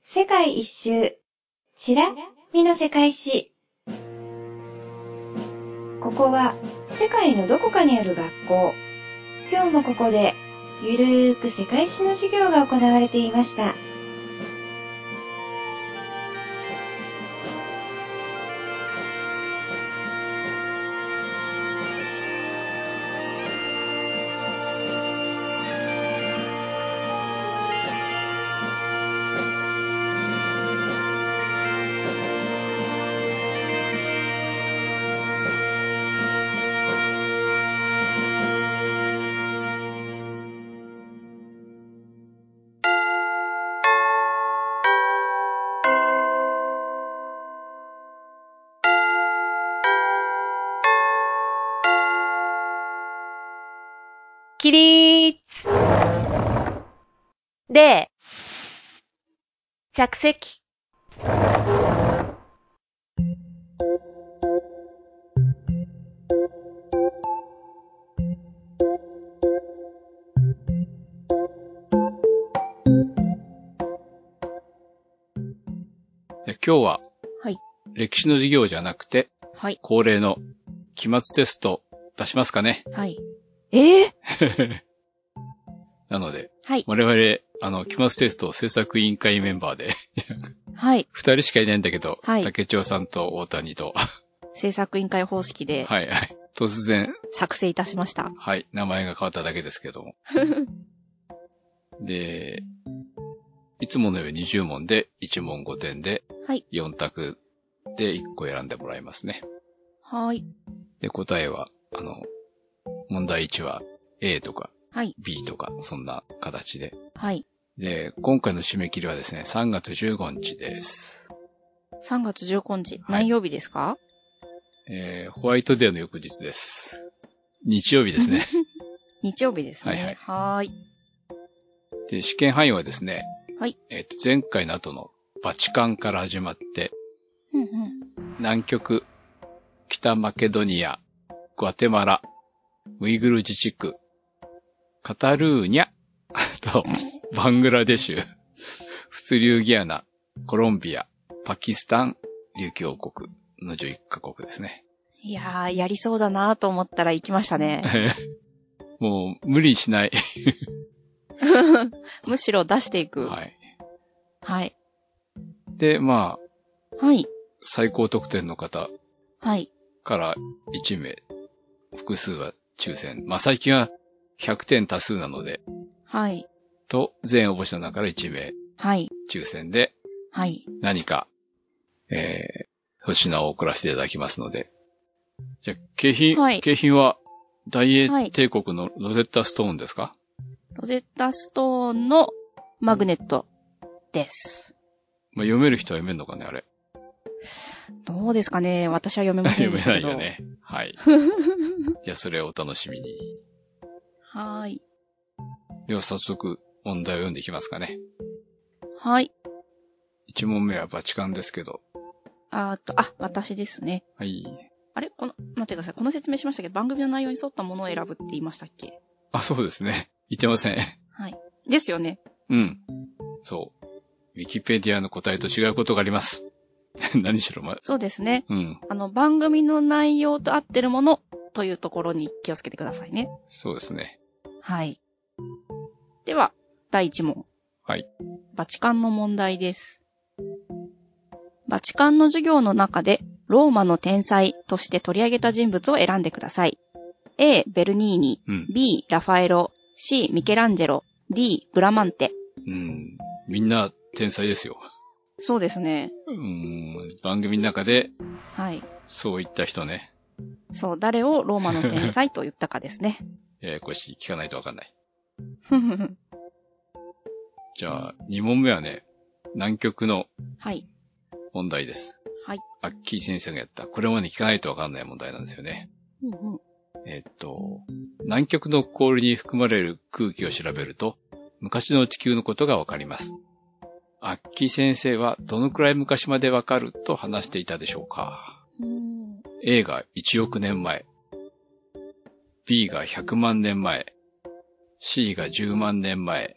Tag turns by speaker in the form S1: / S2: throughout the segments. S1: 世界一周。しらみの世界史。ここは世界のどこかにある学校。今日もここでゆるーく世界史の授業が行われていました。
S2: 起立で、着席。
S3: え今日は、
S2: はい
S3: 歴史の授業じゃなくて、
S2: はい
S3: 恒例の期末テスト出しますかね。
S2: はい。えー、
S3: なので、
S2: はい。
S3: 我々、あの、期末テスト制作委員会メンバーで、
S2: はい。
S3: 二人しかいないんだけど、
S2: はい
S3: 竹長さんと大谷と、
S2: 制作委員会方式で
S3: はいはい。突然、
S2: 作成いたしました。
S3: はい、名前が変わっただけですけども。で、いつものように20問で1問5点で、
S2: はい
S3: 4択で1個選んでもらいますね。
S2: はい。
S3: で、答えは、あの、問題1は A とか
S2: はい。
S3: B とか、そんな形で。
S2: はい。
S3: で、今回の締め切りはですね、3月15日です。
S2: 3月15日、
S3: はい
S2: 何曜日ですか
S3: えー、ホワイトデーの翌日です。日曜日ですね。
S2: 日曜日ですね。はーい。
S3: で、試験範囲はですね、
S2: はい。
S3: えっ、と、前回の後のバチカンから始まって、
S2: うんうん。
S3: 南極、北マケドニア、グアテマラ、ウイグル自治区、カタルーニャと、バングラデシュ、フツリューギアナ、コロンビア、パキスタン、琉球王国の11カ国ですね。
S2: いやー、やりそうだなーと思ったら行きました ね。
S3: もう無理しない。
S2: むしろ出していく。
S3: はい。
S2: はい。
S3: で、まあ、
S2: はい。
S3: 最高得点の方
S2: はい。
S3: から1名、複数は抽選。まあ最近は100点多数なので、
S2: はい。
S3: と、全応募者の中から1名
S2: はい。
S3: 抽選で
S2: はい。
S3: 何か、えー、粗品を送らせていただきますので。じゃあ、景品、
S2: はい
S3: 景品は、大
S2: は
S3: 英
S2: い
S3: 帝国のロゼッタストーンですか、
S2: ロゼッタストーンのマグネットです。
S3: まあ、読める人は読めるのかね、あれ。
S2: どうですかね私は読めません
S3: 読
S2: で
S3: め
S2: した
S3: な
S2: け
S3: い
S2: ど。
S3: よね。 はい。じゃあ、それをお楽しみに。
S2: はーい。
S3: では、早速、問題を読んでいきますかね。
S2: はい。
S3: 1問目はバチカンですけど。
S2: あーっと、あ、私ですね。
S3: はい。
S2: あれこの、待ってください。この説明しましたけど、番組の内容に沿ったものを選ぶって言いましたっけ
S3: あ、そうですね。言ってません。
S2: はい。ですよね。
S3: うん。そう。ウィキペディアの答えと違うことがあります。 何しろ、ま、
S2: そうですね。
S3: うん。
S2: あの、番組の内容と合ってるものというところに気をつけてくださいね。
S3: そうですね。
S2: はい。では、第1問。
S3: はい。
S2: バチカンの問題です。バチカンの授業の中で、ローマの天才として取り上げた人物を選んでください。A、ベルニーニ、
S3: うん。
S2: B、ラファエロ、C、ミケランジェロ、D、ブラマンテ。
S3: うん。みんな天才ですよ。
S2: そうですね。
S3: うん。番組の中で、
S2: はい。
S3: そういった人ね。
S2: そう、誰をローマの天才と言ったかです ね。
S3: ややこしい。聞かないとわかんない。
S2: ふふふ
S3: じゃあ、2問目はね、南極の
S2: はい。
S3: 問題です。
S2: はい。
S3: アッキー先生がやった。これまで聞かないとわかんない問題なんですよね。
S2: うんうん
S3: えっと、南極の氷に含まれる空気を調べると、昔の地球のことがわかります。アッキー先生はどのくらい昔までわかると話していたでしょうか
S2: うん。
S3: A が1億年前、B が100万年前、C が10万年前、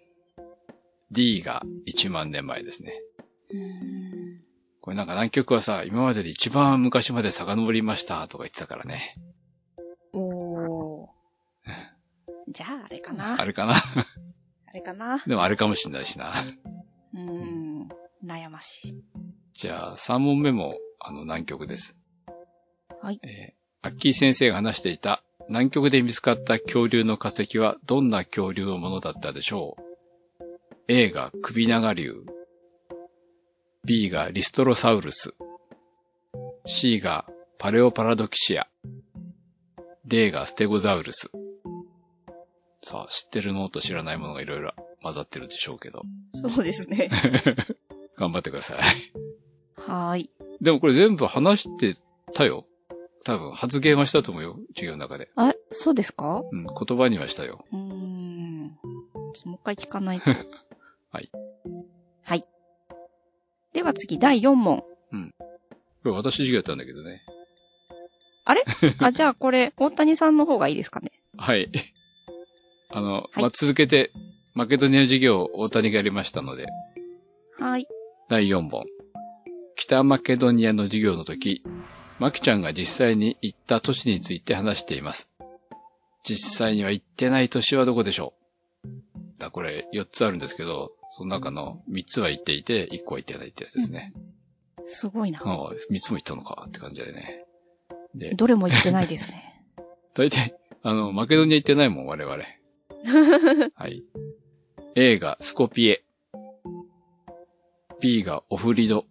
S3: D が1万年前ですね。
S2: うん
S3: これなんか南極はさ、今までで一番昔まで遡りましたとか言ってたからね。
S2: おー。じゃあ、あれかな。
S3: あ
S2: あれ
S3: れかな
S2: かな。
S3: でもあれかもしんないしな。
S2: うーん。悩ましい。
S3: じゃあ、3問目も、あの、南極です。
S2: はい。
S3: えーアッキー先生が話していた、南極で見つかった恐竜の化石はどんな恐竜のものだったでしょう ?A が首長竜。B がリストロサウルス。C がパレオパラドキシア。D がステゴザウルス。さあ、知ってるものと知らないものがいろいろ混ざってるでしょうけど。
S2: そうですね。
S3: 頑張ってください。
S2: はーい。
S3: でもこれ全部話してたよ。多分発言はしたと思うよ。授業の中で。
S2: あ、そうですか
S3: うん、言葉にはしたよ。
S2: うーん。ちょっともう一回聞かないと。
S3: はい。
S2: はい。では次、第4問。
S3: これ私授業やったんだけどね。
S2: あ、じゃあこれ、大谷さんの方がいいですかね。
S3: はい。 あの、
S2: い
S3: まあ、続けて、マケドニア授業を大谷がやりましたので、
S2: はい。
S3: 第4問。北マケドニアの授業の時、マキちゃんが実際に行った都市について話しています。実際には行ってない都市はどこでしょうだ、これ4つあるんですけど、その中の3つは行っていて、1個は行ってないってやつですね。
S2: すごいな。
S3: ああ、三つも行ったのかって感じだよね。で、
S2: どれも言ってないです ね。
S3: 大体、あの、マケドニア行ってないもん、我々。はい。A がスコピエ。B がオフリド。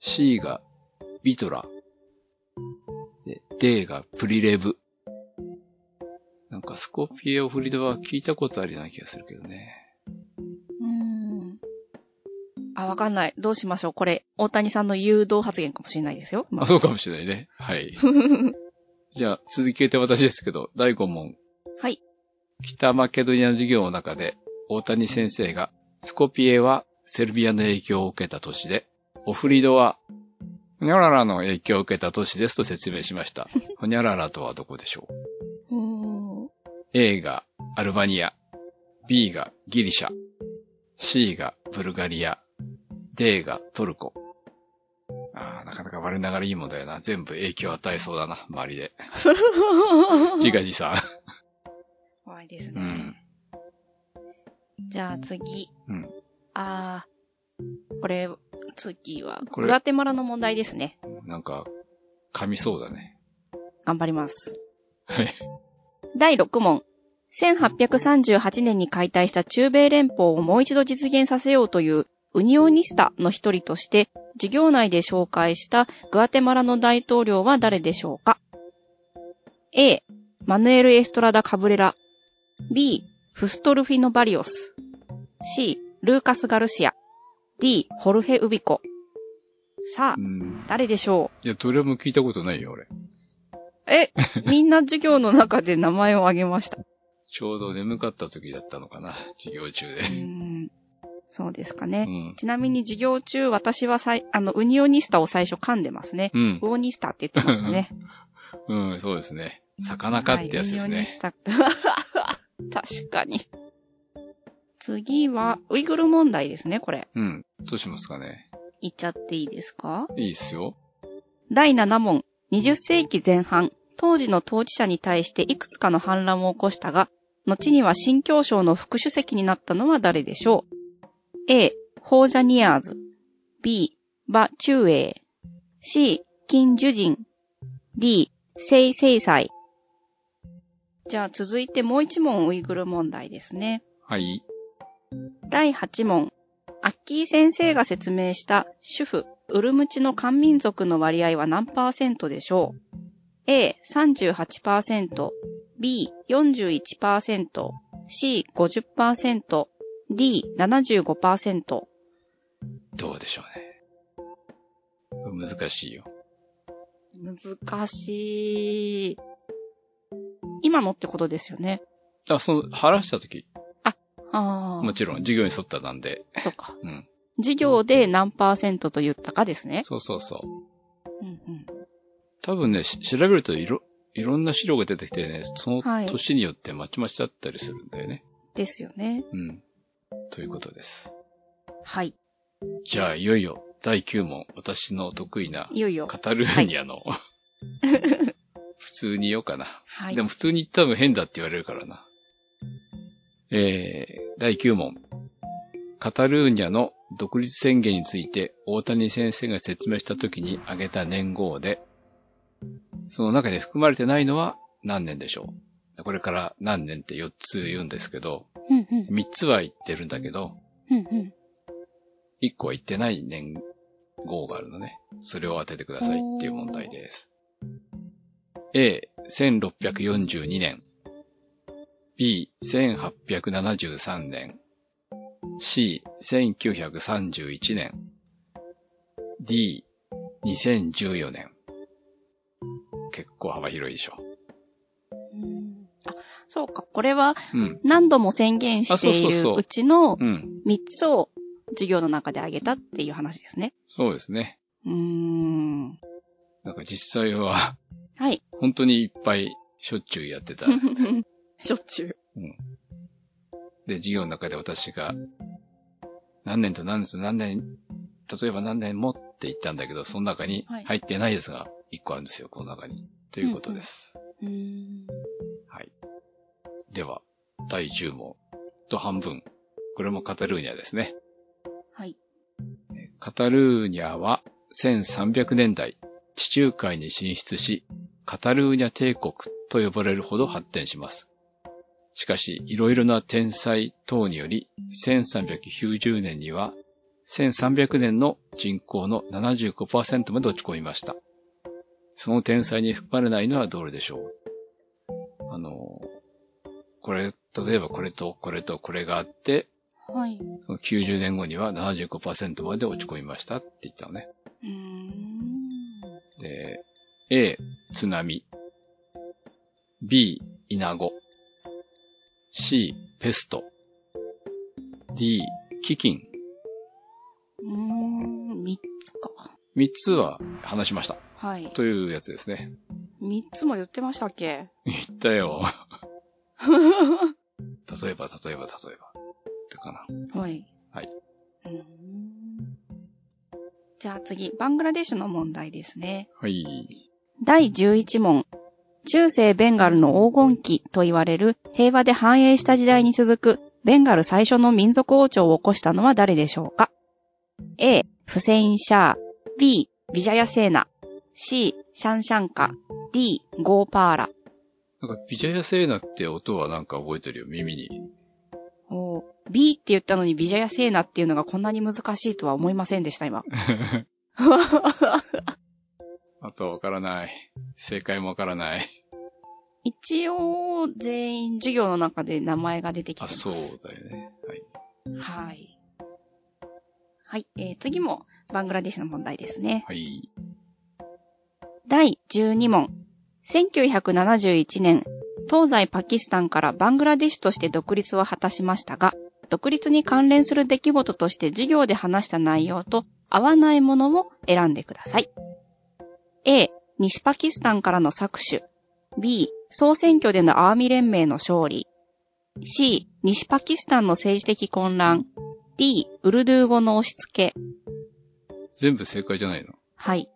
S3: C がビトラ。で D がプリレブ。なんかスコピエ、オフリドは聞いたことあるような気がするけどね。
S2: うーん。あ、わかんない。どうしましょう。これ、大谷さんの誘導発言かもしれないですよ。ま
S3: あ、そうかもしれないね。はい。 じゃあ、続けて私ですけど、第5問。
S2: はい。
S3: 北マケドニアの授業の中で、大谷先生が、スコピエはセルビアの影響を受けた都市で、オフリドは、ホニャララの影響を受けた都市ですと説明しま した。ホニャララとはどこでしょう
S2: うーん。
S3: ?A がアルバニア、B がギリシャ、C がブルガリア、D がトルコ。ああ、なかなか我ながらいいもんだよな。全部影響を与えそうだな、周り で。自画自賛。
S2: 怖いです
S3: う
S2: ね。
S3: ん。
S2: じゃあ次。
S3: うん。
S2: あー、これ、次は、
S3: これ
S2: グアテマラの問題ですね。
S3: なんか、噛みそうだね。
S2: 頑張ります。
S3: はい。
S2: 第6問。1838年に解体した中米連邦をもう一度実現させようというウニオニスタの一人として、授業内で紹介したグアテマラの大統領は誰でしょうか ?A、マヌエル・エストラダ・カブレラ。B、フストルフィノ・バリオス。C、ルーカス・ガルシア。D、ホルヘ・ウビコ。さ
S3: う
S2: あ、
S3: ん。
S2: 誰でしょ
S3: いや、どれも聞いたことないよ、俺。
S2: う え、みんな授業の中で名前を挙げました。
S3: ちょうど眠かった時だったのかな、授業中で
S2: う。ーんそうですか
S3: う
S2: ね。
S3: ん。
S2: ちなみに授業中、私はさい、あの、ウニオニスタを最初噛んでますね。
S3: うん
S2: ウ。オニスタって言ってましたね。
S3: うん、そうですね。魚かってやつで
S2: はいウニオ
S3: す
S2: ニ
S3: ね
S2: ス。タ。 確かに。次は、ウイグル問題ですね、これ。
S3: うん。どうしますかね。
S2: いっちゃっていいですか
S3: いいっすよ。
S2: 第7問、20世紀前半、当時の統治者に対していくつかの反乱を起こしたが、後には新教省の副主席になったのは誰でしょう ?A、ホージャニアーズ。B、バ・チューエイ。C、金樹人。D、セイ・セイサイ。じゃあ続いてもう一問ウイグル問題ですね。
S3: はい。
S2: 第8問。アッキー先生が説明した主婦、ウルムチの漢民族の割合は何パーセントでしょう ?A、38%、B、41%、C、50%、D、75%。
S3: どうでしょうね。難しいよ。
S2: 難しい。今のってことですよね。
S3: あ、その、話した時、
S2: ああ、
S3: もちろん授業に沿ったなんで。
S2: そうか。
S3: うん。
S2: 授業で何パーセントと言ったかですね。
S3: そうそうそう。
S2: うんうん
S3: 多分ね、し調べるといろ、いろんな資料が出てきてね、その
S2: はい
S3: 年によってまちまちだったりするんだよね。
S2: ですよね。
S3: うん。ということです。
S2: はい。
S3: じゃあ、いよいよ第9問、私の得意ない
S2: よいよ。
S3: カタルーニアの、普通に言おうかな。
S2: はい
S3: で。も普通に多分変だって言われるからな。えー、第9問。カタルーニャの独立宣言について大谷先生が説明した時に挙げた年号で、その中で含まれてないのは何年でしょうこれから何年って4つ言うんですけど、
S2: うんうん。
S3: 3つは言ってるんだけど、
S2: うんうん。
S3: 1個は言ってない年号があるのね。それを当ててくださいっていう問題です。A、1642年。B、1873年。C、1931年。D、2014年。結構幅広いでしょ。
S2: うんあ、そうか。これは
S3: うん。
S2: 何度も宣言してい
S3: あそうそうそ
S2: る
S3: う
S2: うちの
S3: うん。
S2: 3つを授業の中で挙げたっていう話ですね。
S3: そうですね。
S2: うーん。
S3: なんか実際は、
S2: はい。
S3: 本当にいっぱいしょっちゅうやってた。
S2: しょっちゅう。
S3: で、授業の中で私が、何年と何年と何年、例えば何年もって言ったんだけど、その中に
S2: はい
S3: 入ってないですが、1個あるんですよ、この中に。ということです。
S2: うーん。
S3: はい。では、第10問と半分。これもカタルーニャですね。
S2: はい。
S3: カタルーニャは1300年代、地中海に進出し、カタルーニャ帝国と呼ばれるほど発展します。しかし、いろいろな天災等により、1390年には、1300年の人口の75%まで落ち込みました。その天災に含まれないのはどれでしょうあの、これ、例えばこれとこれとこれがあって、
S2: はい。
S3: その90年後には75%まで落ち込みましたって言ったのね。
S2: うーん。
S3: で、A、津波。B、イナゴ。C、ペスト。D、飢饉。
S2: うーん。3つか。
S3: 3つは話しました。
S2: はい。
S3: というやつですね。
S2: 3つも言ってましたっけ
S3: 言ったよ。例えば、例えば、例えば。ってかな。
S2: はい。
S3: はい。
S2: うーんじゃあ次、バングラデシュの問題ですね。
S3: はい。
S2: 第11問。中世ベンガルの黄金期と言われる平和で繁栄した時代に続くベンガル最初の民族王朝を起こしたのは誰でしょうか ?A、フセイン・シャー。B、ビジャヤセーナ。C、シャンシャンカ。D、ゴーパーラ。
S3: なんか、ビジャヤセーナって音はなんか覚えてるよ、耳に。
S2: おー B って言ったのにビジャヤセーナっていうのがこんなに難しいとは思いませんでした、 今。
S3: あとはわからない。正解もわからない。
S2: 一応、全員授業の中で名前が出てきて
S3: あ、
S2: ます。
S3: そうだよね。はい。
S2: はい。はい、えー、次も、バングラデシュの問題ですね。
S3: はい。
S2: 第12問。1971年、東西パキスタンからバングラデシュとして独立を果たしましたが、独立に関連する出来事として授業で話した内容と合わないものを選んでください。A、西パキスタンからの搾取。B、総選挙でのアーミ連盟の勝利。C、西パキスタンの政治的混乱。D、ウルドゥー語の押し付け。
S3: 全部正解じゃないの
S2: はい。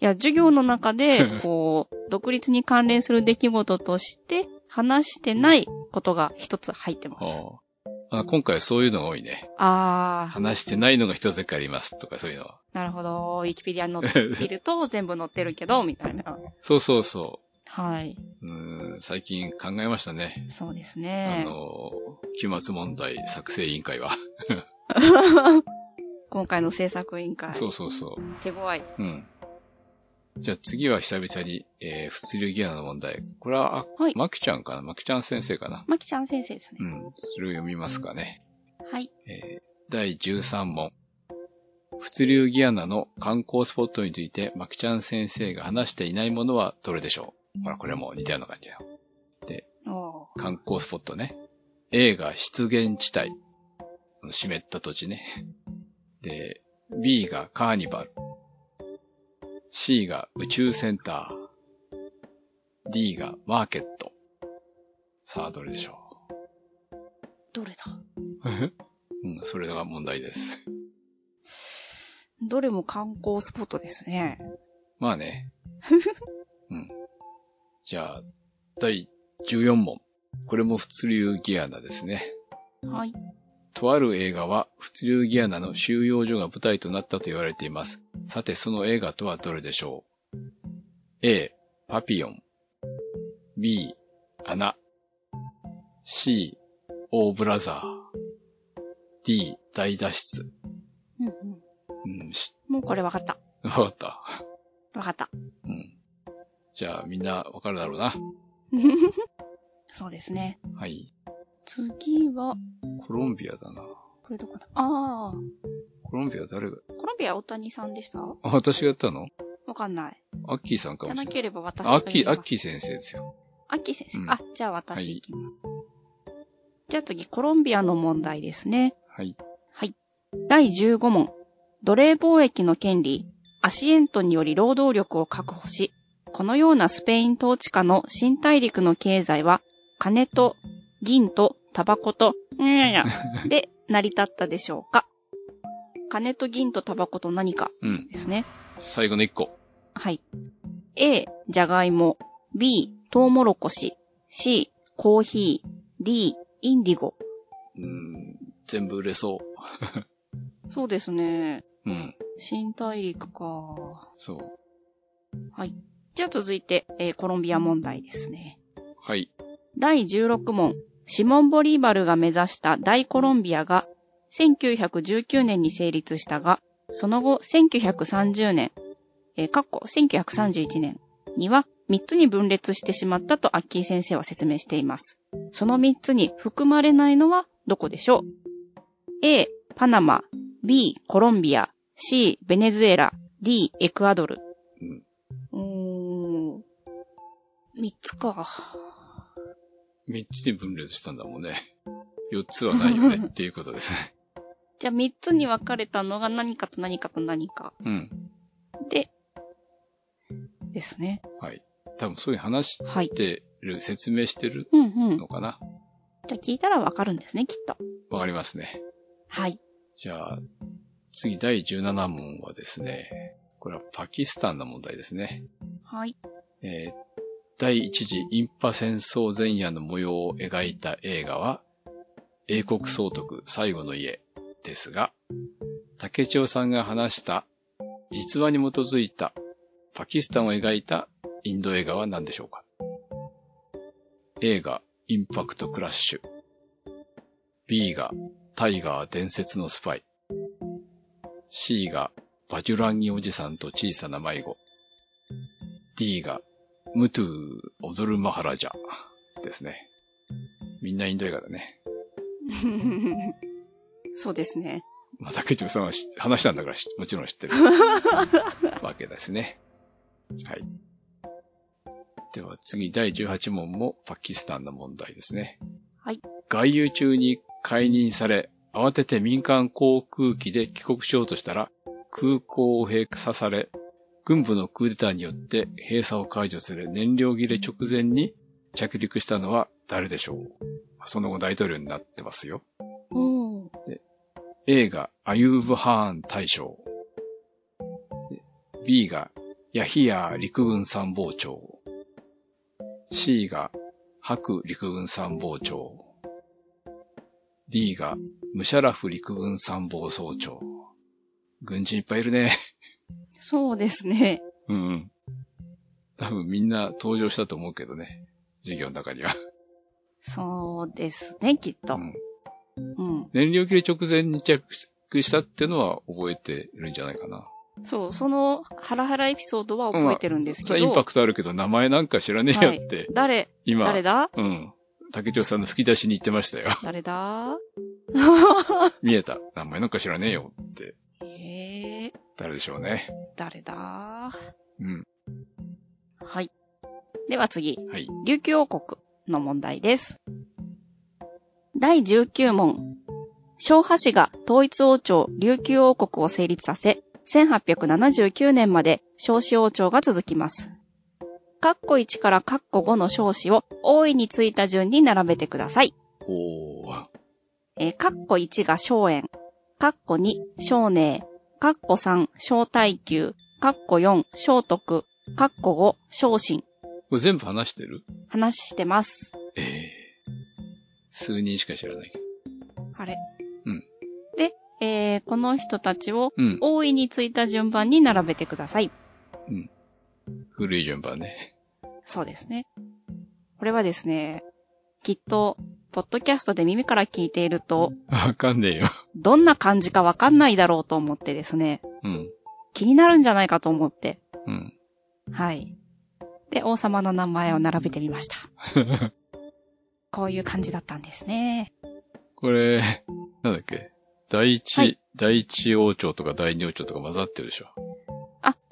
S2: いや、授業の中 で、こう、独立に関連する出来事として、話してないことが一つ入ってます。
S3: ああ。あ今回はそういうのが多いね。
S2: あー、
S3: 話してないのが一つだけありますとかそういうの は。
S2: なるほど。ウィキペディアに載っていると、 全部載ってるけど、みたいな。
S3: そうそうそ
S2: はい。
S3: う。うーん、最近考えましたね。
S2: そうです
S3: あ
S2: ね。
S3: の、期末問題作成委員会は。
S2: 今回の制作委員会、
S3: そうそうそ
S2: 手強い。
S3: う。うん。じゃあ次は久々に、えー、物流ギアの問題。これは、あ
S2: はい
S3: マキちゃんかなマキちゃん先生かな
S2: まきちゃん先生です
S3: う
S2: ね。
S3: ん。それを読みますかね。
S2: はい。
S3: えー第13問。物流ギアナの観光スポットについて、マキちゃん先生が話していないものはどれでしょうほら、これも似たような感じだよ。
S2: おー
S3: 観光スポットね。A が湿原地帯。あの湿った土地ね。で、B がカーニバル。C が宇宙センター。D がマーケット。さあ、どれでしょ
S2: どれだ
S3: ううん、それが問題です。
S2: どれも観光スポットですね。
S3: まあね。うん。じゃあ、第14問。これも物流ギアナですね。
S2: はい。
S3: とある映画は、物流ギアナの収容所が舞台となったと言われています。さて、その映画とはどれでしょう ?A、パピオン。B、アナ。C、オーブラザー。D、大脱出。
S2: うんうん。
S3: うん、し、
S2: もうこれわかった。
S3: わかった。
S2: わかった。
S3: うん。じゃあ、みんなわかるだろうな。
S2: そうですね。
S3: はい。
S2: 次は、
S3: コロンビアだな。
S2: これどこだああ、
S3: コロンビア誰が、
S2: コロンビア大谷さんでしたわ
S3: あ、私がやったの
S2: かんない。
S3: アッキーさんか
S2: じゃ
S3: も
S2: な
S3: しれない。
S2: ければ私が
S3: あアッ
S2: 読
S3: キ
S2: み
S3: ー、
S2: ま
S3: ア
S2: す
S3: ッキー先生ですよ。
S2: アッキー先生。
S3: うん
S2: あ、じゃあ私
S3: はい
S2: 行きます。じゃあ次、コロンビアの問題ですね。
S3: はい。
S2: 第15問。奴隷貿易の権利、アシエントにより労働力を確保し、このようなスペイン統治下の新大陸の経済は、金と銀とタバコと、いやいや、 で成り立ったでしょうか。金と銀とタバコと何か
S3: うん。
S2: ですね。
S3: 最後の一個。
S2: はい。A、じゃがいも。B、トウモロコシ。C、コーヒー。D、インディゴ。
S3: うーん。全部売れそ
S2: そうですね。
S3: う。うん。
S2: 新大陸か。
S3: そう。
S2: じゃあ続いて、えーコロンビア問題ですね。
S3: はい。
S2: 第16問。シモン・ボリーバルが目指した大コロンビアが、1919年に成立したが、その後、1930年、えー、かっこ1931年には3つに分裂してしまったとアッキー先生は説明しています。その3つに含まれないのはどこでしょう ?A、パナマ、B、コロンビア、C、ベネズエラ、D、エクアドル。
S3: うん。
S2: うーん。三つか。
S3: 3つに分裂したんだもんね。4つはないよねっていうことですね。
S2: じゃあ三つに分かれたのが何かと何かと何か。
S3: うん。
S2: で、ですね。
S3: はい。多分そういう話し
S2: はい。
S3: てる、説明してる
S2: うんうん。じ
S3: のかな
S2: ゃあ聞いたら分かるんですね、きっと。
S3: わかりますね。
S2: はい。
S3: じゃあ、次第17問はですね、これはパキスタンの問題ですね。
S2: はい。
S3: えー第一次インパ戦争前夜の模様を描いた映画は、英国総督最後の家ですが、竹千代さんが話した実話に基づいたパキスタンを描いたインド映画は何でしょうか映画インパクトクラッシュ B がタイガー伝説のスパイ C がバジュランギおじさんと小さな迷子 D がムトゥー踊るマハラジャですね。みんなインド映画だね。
S2: そうですね。
S3: まあ、竹内さんは知話したんだからしもちろん知っ てるわけですね。はい。では次、第18問もパキスタンの問題ですね。
S2: はい。
S3: 外遊中に解任され、慌てて民間航空機で帰国しようとしたら、空港を閉鎖され、軍部のクーデターによって閉鎖を解除する燃料切れ直前に着陸したのは誰でしょうその後大統領になってますよ。
S2: おー。
S3: A がアユーブ・ハーン大将。で B がヤヒヤ陸軍参謀長。C が白陸軍参謀長。D がムシャラフ陸軍参謀総長。軍人いっぱいいるね。
S2: そうですね。
S3: うんうん。多分みんな登場したと思うけどね。授業の中には。
S2: そうですね、きっ
S3: う
S2: と。
S3: ん、
S2: うん。
S3: 燃料切れ直前に着陸したっていうのは覚えてるんじゃないかな。
S2: そう、そのハラハラエピソードは覚えてるんです
S3: そ
S2: け
S3: れはインパ
S2: ど、
S3: クトあるけど、名前なんか知らねえよって、
S2: 誰、
S3: 今、
S2: 誰だ
S3: うん。竹長さんの吹き出しに言ってましたよ。
S2: 誰だ
S3: 見えた。名前なんか知らねえよって、
S2: えー、
S3: 誰でしょうね。
S2: 誰だ
S3: うん。
S2: はい。では次、
S3: はい。
S2: 琉球王国の問題です。第19問。昭和氏が統一王朝琉球王国を成立させ、1879年まで少子王朝が続きます。カッコ1からカッコ5の少子を大いについた順に並べてください。
S3: おー。
S2: えー、カッコ1が荘園、カッコ2、少寧、カッコ3、小耐久、カッコ4、小徳、カッコ5、小心、
S3: これ全部話してる
S2: 話してます。
S3: ええ数人しか知らないけど。
S2: あれ。
S3: うん。
S2: で、えー、この人たちを
S3: うん。
S2: 大いについた順番に並べてください。
S3: 古い順番ね。
S2: そうですね。これはですね、きっと、ポッドキャストで耳から聞いていると、
S3: わかんねえよ。
S2: どんな感じかわかんないだろうと思ってですね、
S3: うん。
S2: 気になるんじゃないかと思って、
S3: うん。
S2: はい。で、王様の名前を並べてみ ました。こういう感じだったんですね。
S3: これ、なんだっけ。第一、
S2: はい
S3: 第一王朝とか第二王朝とか混ざってるでしょ。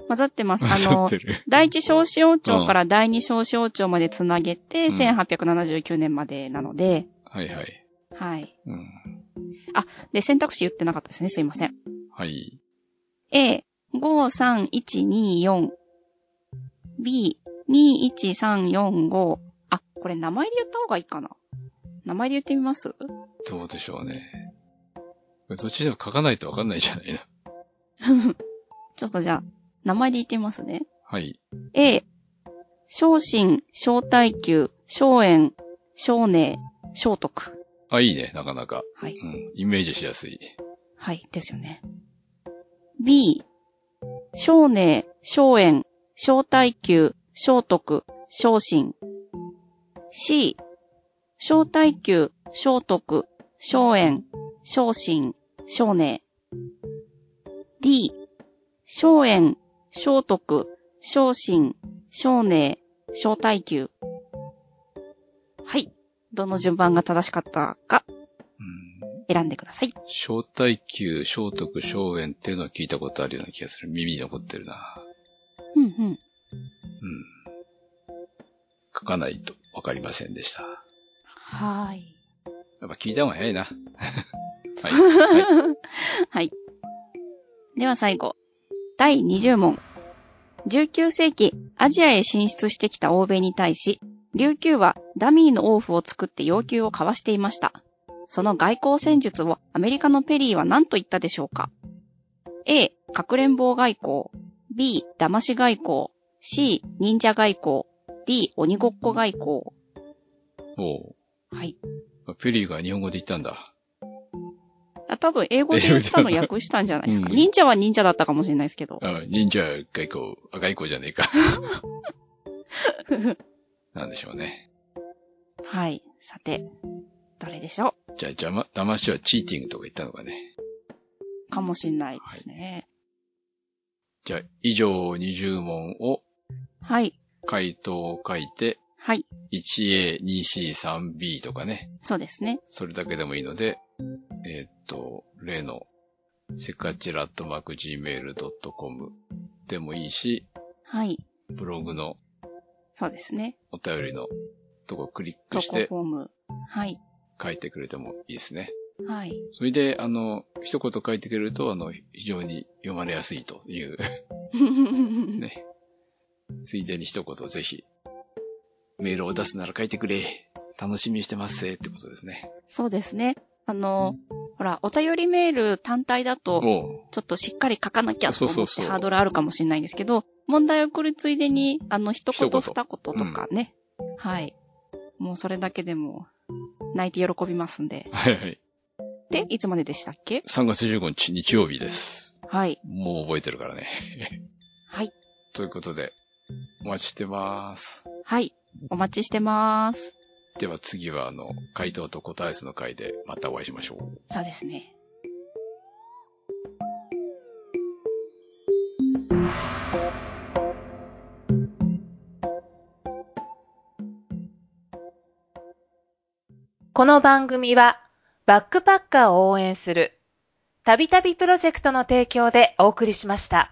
S2: 混ざってます。
S3: 混
S2: あ
S3: ざ
S2: の
S3: っ、てる。
S2: 第一小子王
S3: う
S2: 朝
S3: ん
S2: から第二小子王朝までつなげて、
S3: うん
S2: 1879年までなので、
S3: はいはい。
S2: はい。
S3: うん。
S2: で、選択肢言ってなかったですね。すいません。
S3: はい。
S2: A、53124。B、21345。あ、これ名前で言った方がいいかな。名前で言ってみます
S3: どうでしょうね。これどっちでも書かないとわかんないじゃないな。
S2: ちょっとじゃあ、名前で言ってみますね。
S3: はい。
S2: A、昇進、小耐久、小炎、小寧、小徳。
S3: あ、いいね、なかなか。
S2: はい。
S3: うん。イメージしやすい。
S2: はい、ですよね。B、少年、少炎、小耐久、小徳、小心。C、小耐久、小徳、小炎、小心、少年。D、小炎、小徳、小心、少年、小耐久。はい。どの順番が正しかったか
S3: うん。
S2: 選んでください。
S3: 小耐久、小徳、小炎っていうのは聞いたことあるような気がする。耳に残ってるな。
S2: うんうん。
S3: うん。書かないとわかりませんでした。
S2: はーい。
S3: やっぱ聞いた方が早いな。 はい。はい
S2: はい。では最後。第20問。19世紀、アジアへ進出してきた欧米に対し、琉球はダミーの王府を作って要求を交わしていました。その外交戦術をアメリカのペリーは何と言ったでしょうか ?A、かくれんぼ外交。B、騙し外交。C、忍者外交。D、鬼ごっこ外交。
S3: お
S2: はい。
S3: う。ペリーが日本語で言ったんだ。
S2: あ多分英語で言ったの訳したんじゃないですか。
S3: うん
S2: 忍者は忍者だったかもしれないですけど。
S3: あ、忍者外交、あ外交じゃねえ か。なんでしょうね。
S2: はい。さて、どれでしょ
S3: じゃあ、邪魔、騙しはチーティングとか言ったのかね。
S2: うかもしんないですね。
S3: じゃあ、以上20問を
S2: はい。
S3: 回答を書いて、
S2: はい。
S3: 1A、2C、3B とかね。
S2: そうですね。
S3: それだけでもいいので、えーっと、例の、せかちらっとまく gmail.com でもいいし、
S2: はい。
S3: ブログの
S2: そうですね。
S3: お便りのとこクリッ
S2: 投
S3: クし
S2: 稿
S3: て
S2: フォーム。はい。
S3: 書いてくれてもいいですね。
S2: はい。
S3: それで、あの、一言書いてくれると、あの、非常に読まれやすいという、ね。ついでに一言ぜひ、メールを出すなら書いてくれ。楽しみにしてますってことですね。
S2: そうですね。あの、ほら、お便りメール単体だと、
S3: おう
S2: ちょっとしっかり書かなきゃと
S3: そうそ
S2: 思
S3: う
S2: って
S3: そう
S2: ハードルあるかもしれないんですけど、問題を送るついでに、あの、一言
S3: 一言
S2: 二言とかね。はい。もうそれだけでも、泣いて喜びますんで。
S3: はいはい。
S2: で、いつまででしたっけ
S3: 3月15日日曜日です。
S2: はい。
S3: もう覚えてるからね。
S2: はい。
S3: ということで、お待ちしてます。
S2: はい。お待ちしてます。
S3: では次は、あの、回答と答え数の回でまたお会いしましょう。
S2: そうですね。
S4: この番組は、バックパッカーを応援する、たびたびプロジェクトの提供でお送りしました。